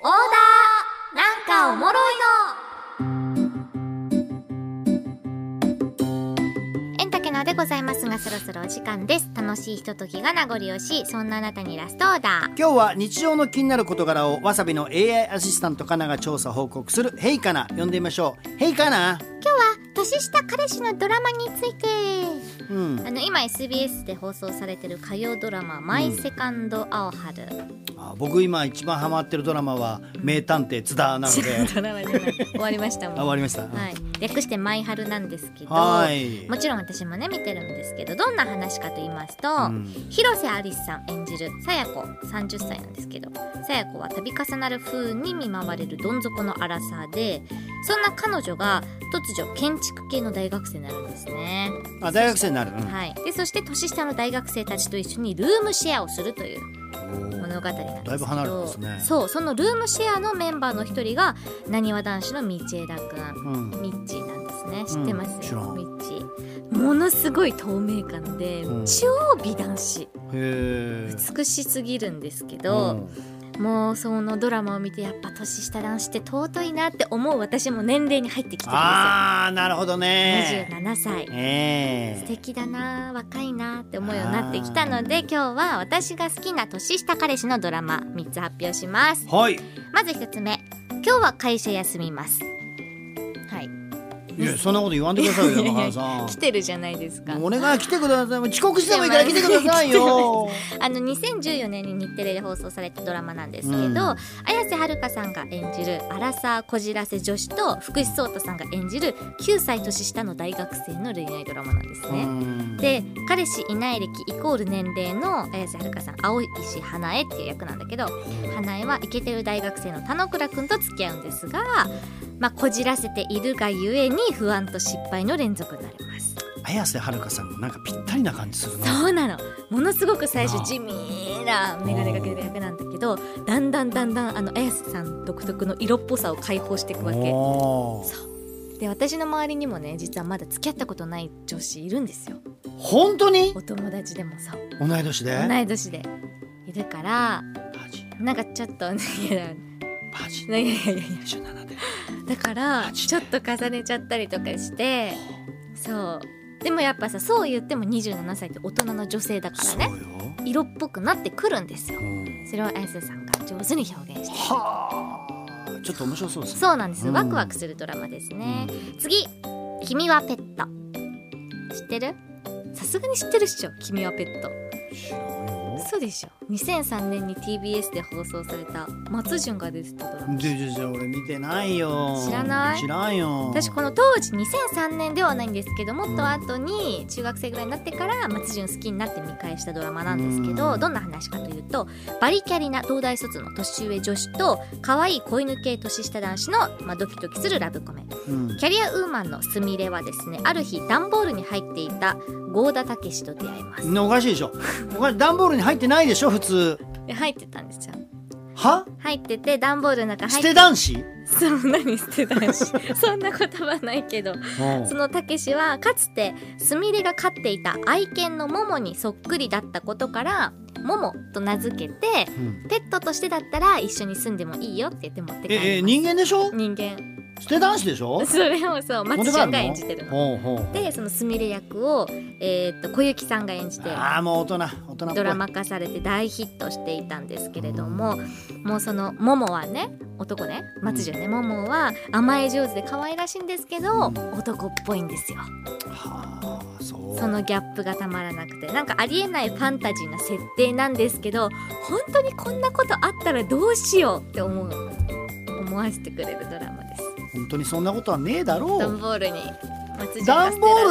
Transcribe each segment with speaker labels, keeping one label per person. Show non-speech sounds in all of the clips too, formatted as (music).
Speaker 1: オーダーなんかおもろいのエンタケナでございますがそろそろお時間です楽しいひとときが名残惜しいそんなあなたにラストオーダー
Speaker 2: 今日は日常の気になる事柄をわさびの AI アシスタントかなが調査報告する「ヘイかな」呼んでみましょう「ヘイかな
Speaker 1: 今日は年下彼氏のドラマについて」
Speaker 2: うん
Speaker 1: あの今 SBS で放送されてる火曜ドラマ「マイ・セカンド・アオハル」
Speaker 2: あ僕今一番ハマってるドラマは「名探偵津田」なの
Speaker 1: (laughs)
Speaker 2: で
Speaker 1: ドラマじゃない終わりましたもん
Speaker 2: あ終わりました
Speaker 1: はい、略して「マイハル」なんですけど
Speaker 2: はい
Speaker 1: もちろん私もね見てるんですけどどんな話かと言いますと、
Speaker 2: ん
Speaker 1: 広瀬アリスさん演じるさや子30歳なんですけどさや子は度重なる風に見舞われるどん底の荒さでそんな彼女が突如建築系の大学生になるんですね。
Speaker 2: あ大学生になる、うん
Speaker 1: はい、でそして年下の大学生たちと一緒にルームシェアをするという
Speaker 2: おー
Speaker 1: 物語なんですけど
Speaker 2: だいぶ離れてますね
Speaker 1: そうそのルームシェアのメンバーの一人がなにわ男子の道枝くん
Speaker 2: うん、
Speaker 1: ミッチーなんですね知ってます、
Speaker 2: うん知らん
Speaker 1: ミッチーものすごい透明感で、
Speaker 2: うん
Speaker 1: 超美男子
Speaker 2: へえ
Speaker 1: 美しすぎるんですけど、もうそのドラマを見てやっぱ年下男子って尊いなって思う私も年齢に入ってきてるん
Speaker 2: ああなるほど
Speaker 1: ですよ
Speaker 2: ね
Speaker 1: 27歳素
Speaker 2: ええ
Speaker 1: 敵だな若いなって思うようになってきたので今日は私が好きな年下彼氏のドラマ3つ発表します
Speaker 2: はい
Speaker 1: まず1つ目今日は会社休みますはい
Speaker 2: いやそんなこと言わんでくださ
Speaker 1: (laughs)
Speaker 2: いよ山原さん
Speaker 1: 来てるじゃないですか
Speaker 2: お願い来てください遅刻してもいいから来てください
Speaker 1: (laughs)
Speaker 2: よ
Speaker 1: あの2014年に日テレで放送されたドラマなんですけど、
Speaker 2: うん
Speaker 1: 綾瀬はるかさんが演じるアラサーこじらせ女子と福士蒼汰さんが演じる9歳年下の大学生の恋愛ドラマなんですね、
Speaker 2: うん
Speaker 1: で彼氏いない歴イコール年齢の綾瀬はるかさん青石花江っていう役なんだけど花江はイケてる大学生の田之倉くんと付き合うんですが、まあ、こじらせているがゆえに不安と失敗の連続になります
Speaker 2: 綾瀬はるかさんもなんかぴったりな感じするな
Speaker 1: そうなのものすごく最
Speaker 2: あ
Speaker 1: 初
Speaker 2: あ
Speaker 1: 地味な眼鏡かけてる役なんだけどだんだんだんだんあの綾瀬さん独特の色っぽさを解放していくわけ
Speaker 2: おー
Speaker 1: で私の周りにもね実はまだ付き合ったことない女子いるんですよ
Speaker 2: 本当に
Speaker 1: お友達でもそう
Speaker 2: 同い年で
Speaker 1: 同い年でいるから
Speaker 2: パジ
Speaker 1: なんかちょっと (laughs) いや
Speaker 2: パジ
Speaker 1: いやいやいや
Speaker 2: 27で
Speaker 1: だから
Speaker 2: マジで
Speaker 1: ちょっと重ねちゃったりとかしてそうでもやっぱさそう言っても27歳って大人の女性だから
Speaker 2: そう
Speaker 1: ね
Speaker 2: よ、
Speaker 1: 色っぽくなってくるんですよ
Speaker 2: うん、
Speaker 1: それを綾瀬さんが上手に表現して
Speaker 2: はあちょっと面白そうですね
Speaker 1: そうなんです
Speaker 2: うん
Speaker 1: ワクワクするドラマですね次「君はペット」知ってるさすがに知ってるっしょ「君はペット」
Speaker 2: 知らんよ
Speaker 1: そうでしょ2003年に TBS で放送された松潤が出てたドラマ
Speaker 2: じゃじゃじゃ俺見てないよ
Speaker 1: 知らない
Speaker 2: 知らんよ
Speaker 1: 私この当時2003年ではないんですけどもっと後に中学生ぐらいになってから松潤好きになって見返したドラマなんですけ
Speaker 2: う
Speaker 1: ど
Speaker 2: ん
Speaker 1: どんな話かというとバリキャリな東大卒の年上女子と可愛い子犬系年下男子の、まあ、ドキドキするラブコメ
Speaker 2: うん
Speaker 1: キャリアウーマンのすみれはですねある日段ボールに入っていた郷田武史と出会います
Speaker 2: ねおかしいでしょおかしい段ボールに入ってないでしょ普通
Speaker 1: で入ってたんですよ
Speaker 2: は
Speaker 1: 入ってて段ボールの中入
Speaker 2: 捨
Speaker 1: って
Speaker 2: て男子
Speaker 1: (laughs) そう何捨てたしそんな言葉ないけどそのたけしはかつてすみれが飼っていた愛犬のももにそっくりだったことからももと名付けて
Speaker 2: うん
Speaker 1: ペットとしてだったら一緒に住んでもいいよって言って持って帰る
Speaker 2: ええ人間でしょ
Speaker 1: 人間
Speaker 2: 捨て男子でしょ
Speaker 1: それをそう
Speaker 2: 持っ
Speaker 1: 松
Speaker 2: て帰る
Speaker 1: 潤が演じてるの。
Speaker 2: ほうほうほう
Speaker 1: でそのすみれ役を、えー、と小雪さんが演じて
Speaker 2: ああもう大人大人っぽい
Speaker 1: ドラマ化されて大ヒットしていたんですけれどももうそのももはね男ね松潤ねももは甘え上手で可愛らしいんですけど
Speaker 2: うん
Speaker 1: 男っぽいんですよ。
Speaker 2: はあそう
Speaker 1: そのギャップがたまらなくてなんかありえないファンタジーな設定なんですけど本当にこんなことあったらどうしようって思う思わせてくれるドラマです
Speaker 2: 本当にそんなことはねえだろ
Speaker 1: 段
Speaker 2: う
Speaker 1: ボール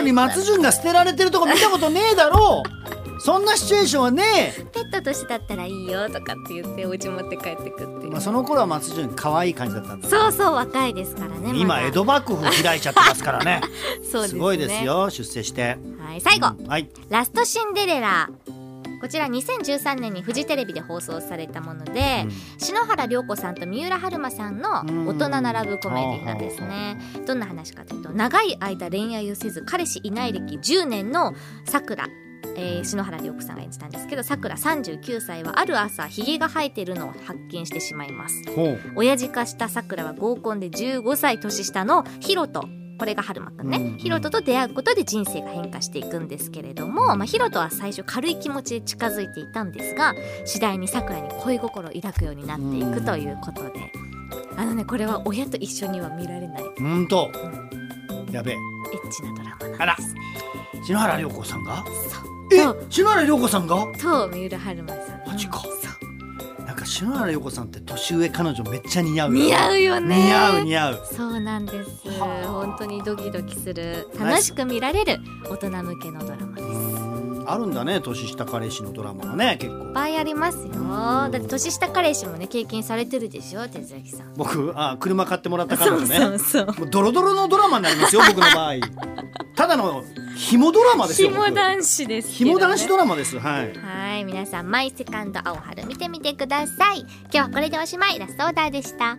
Speaker 1: に松潤が捨てられた
Speaker 2: 段ボールに松潤が捨てられてるとこ見たことねえだろう (laughs) そんなシチュエーションはね
Speaker 1: ペットとしてだったらいいよとかって言ってお家持って帰ってくって
Speaker 2: え、
Speaker 1: いう、
Speaker 2: まあ、その頃は松潤可愛い感じだったんだ
Speaker 1: そうそう若いですからねま
Speaker 2: 今
Speaker 1: だ
Speaker 2: 江戸幕府開いちゃってますからね
Speaker 1: (laughs) そうですね
Speaker 2: ごいですよ出世して
Speaker 1: はい最後、
Speaker 2: はい
Speaker 1: ラストシンデレラこちら2013年にフジテレビで放送されたもので、篠原涼子さんと三浦春馬さんの大人なラブコメディなんですねどんな話かというと長い間恋愛をせず彼氏いない歴10年のさくらえー篠原涼子さんが演じたんですけどさくら39歳はある朝ひげが生えてるのを発見してしまいます
Speaker 2: ほう
Speaker 1: 親父化したさくらは合コンで15歳年下のヒロトこれが春馬くん
Speaker 2: うんう
Speaker 1: ね
Speaker 2: ん
Speaker 1: ヒロトと出会うことで人生が変化していくんですけれども、まあ、ヒロトは最初軽い気持ちで近づいていたんですが次第にさくらに恋心を抱くようになっていくということであのねこれは親と一緒には見られないエ
Speaker 2: ほんとやべえ
Speaker 1: ッチなドラマ
Speaker 2: あ
Speaker 1: なん
Speaker 2: ら
Speaker 1: ですね。
Speaker 2: 篠原涼子さんが
Speaker 1: そう
Speaker 2: え
Speaker 1: そう
Speaker 2: 篠原涼子さんが
Speaker 1: と三浦春馬さん
Speaker 2: マジか
Speaker 1: そう
Speaker 2: なんか篠原涼子さんって年上彼女めっちゃ似合うよ
Speaker 1: 似合うよね
Speaker 2: 似合う似合う
Speaker 1: そうなんです
Speaker 2: はあ
Speaker 1: 本当にドキドキする
Speaker 2: ナ
Speaker 1: 楽
Speaker 2: イス
Speaker 1: しく見られる大人向けのドラマですいっ
Speaker 2: あるんだね年下彼氏のドラマはね結構
Speaker 1: ぱいありますよだって年下彼氏もね経験されてるでしょ哲崎さん
Speaker 2: 僕あ車買ってもらった彼
Speaker 1: そ
Speaker 2: 女
Speaker 1: う
Speaker 2: ね
Speaker 1: そうそう
Speaker 2: もうドロドロのドラマになりますよ僕の場合ただの紐ドラマですよ
Speaker 1: 紐
Speaker 2: 僕
Speaker 1: 男子ですけど、ね、
Speaker 2: 紐男子ドラマですはい
Speaker 1: はい皆さんマイセカンド青春見てみてください今日はこれでおしまいラストオーダーでした